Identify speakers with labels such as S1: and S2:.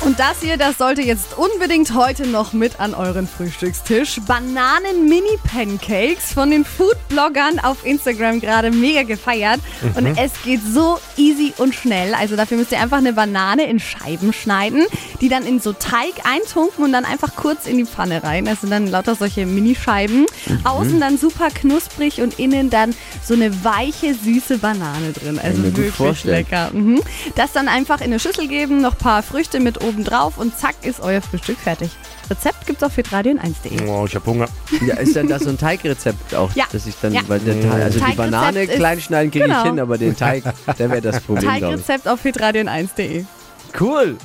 S1: Und das hier, das sollte jetzt unbedingt heute noch mit an euren Frühstückstisch. Bananen-Mini-Pancakes von den Foodbloggern auf Instagram gerade mega gefeiert. Und
S2: Mhm.
S1: es geht so easy und schnell. Also dafür müsst ihr einfach eine Banane in Scheiben schneiden, die dann in so Teig eintunken und dann einfach kurz in die Pfanne rein. Das sind dann lauter solche Minischeiben.
S2: Mhm.
S1: Außen dann super knusprig und innen dann so eine weiche, süße Banane drin. Also
S2: mir gut
S1: wirklich
S2: vorstellen.
S1: lecker. Ja, mhm. Das dann einfach in eine Schüssel geben, noch ein paar Früchte mit oben drauf und zack ist euer Frühstück fertig. Rezept gibt's auf hitradion 1de
S3: Oh, ich hab Hunger.
S2: Ja, ist dann das so ein Teigrezept auch,
S1: Ja.
S2: dass ich dann,
S1: Ja.
S2: weil der Teig, also die
S1: Teigrezept
S2: Banane
S1: ist-
S2: klein schneiden kriege
S1: genau.
S2: ich hin, aber den Teig, da wäre das Problem, glaube ich.
S1: Teigrezept auf hitradion 1de
S2: Cool.